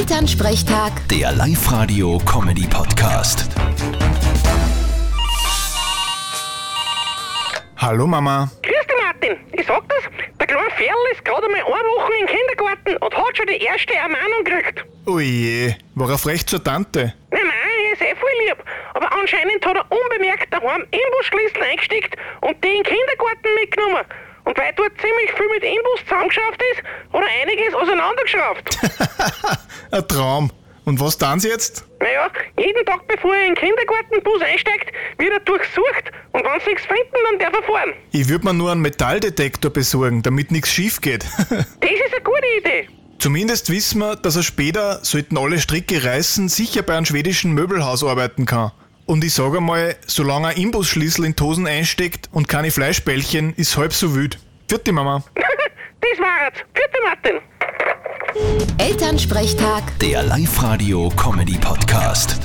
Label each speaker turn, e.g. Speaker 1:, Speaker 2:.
Speaker 1: Elternsprechtag,
Speaker 2: Der Live-Radio-Comedy-Podcast.
Speaker 3: Hallo Mama.
Speaker 4: Grüß dich, Martin. Ich sag das, der kleine Ferl ist gerade einmal eine Woche im Kindergarten und hat schon die erste Ermahnung gekriegt.
Speaker 3: Oje, war er frech zur Tante?
Speaker 4: Nein, nein, er ist eh voll lieb. Aber anscheinend hat er unbemerkt daheim Imbusschlüssel eingesteckt und die in den Kindergarten mitgenommen. Und weil dort ziemlich viel mit Imbus zusammengeschafft ist, hat er einiges auseinandergeschafft.
Speaker 3: Ein Traum. Und was dann jetzt?
Speaker 4: naja, jeden Tag bevor er in den Kindergartenbus einsteigt, wird er durchsucht. Und wenn sie nichts finden, dann darf er fahren.
Speaker 3: Ich würde mir nur einen Metalldetektor besorgen, damit nichts schief geht.
Speaker 4: Das ist eine gute Idee.
Speaker 3: Zumindest wissen wir, dass er später, sollten alle Stricke reißen, sicher bei einem schwedischen Möbelhaus arbeiten kann. Und ich sage einmal, solange ein Imbusschlüssel in Tosen einsteckt und keine Fleischbällchen, ist halb so wild. Vierte Mama.
Speaker 4: das war's. Vierte Martin.
Speaker 1: Elternsprechtag.
Speaker 2: Der Live-Radio-Comedy-Podcast.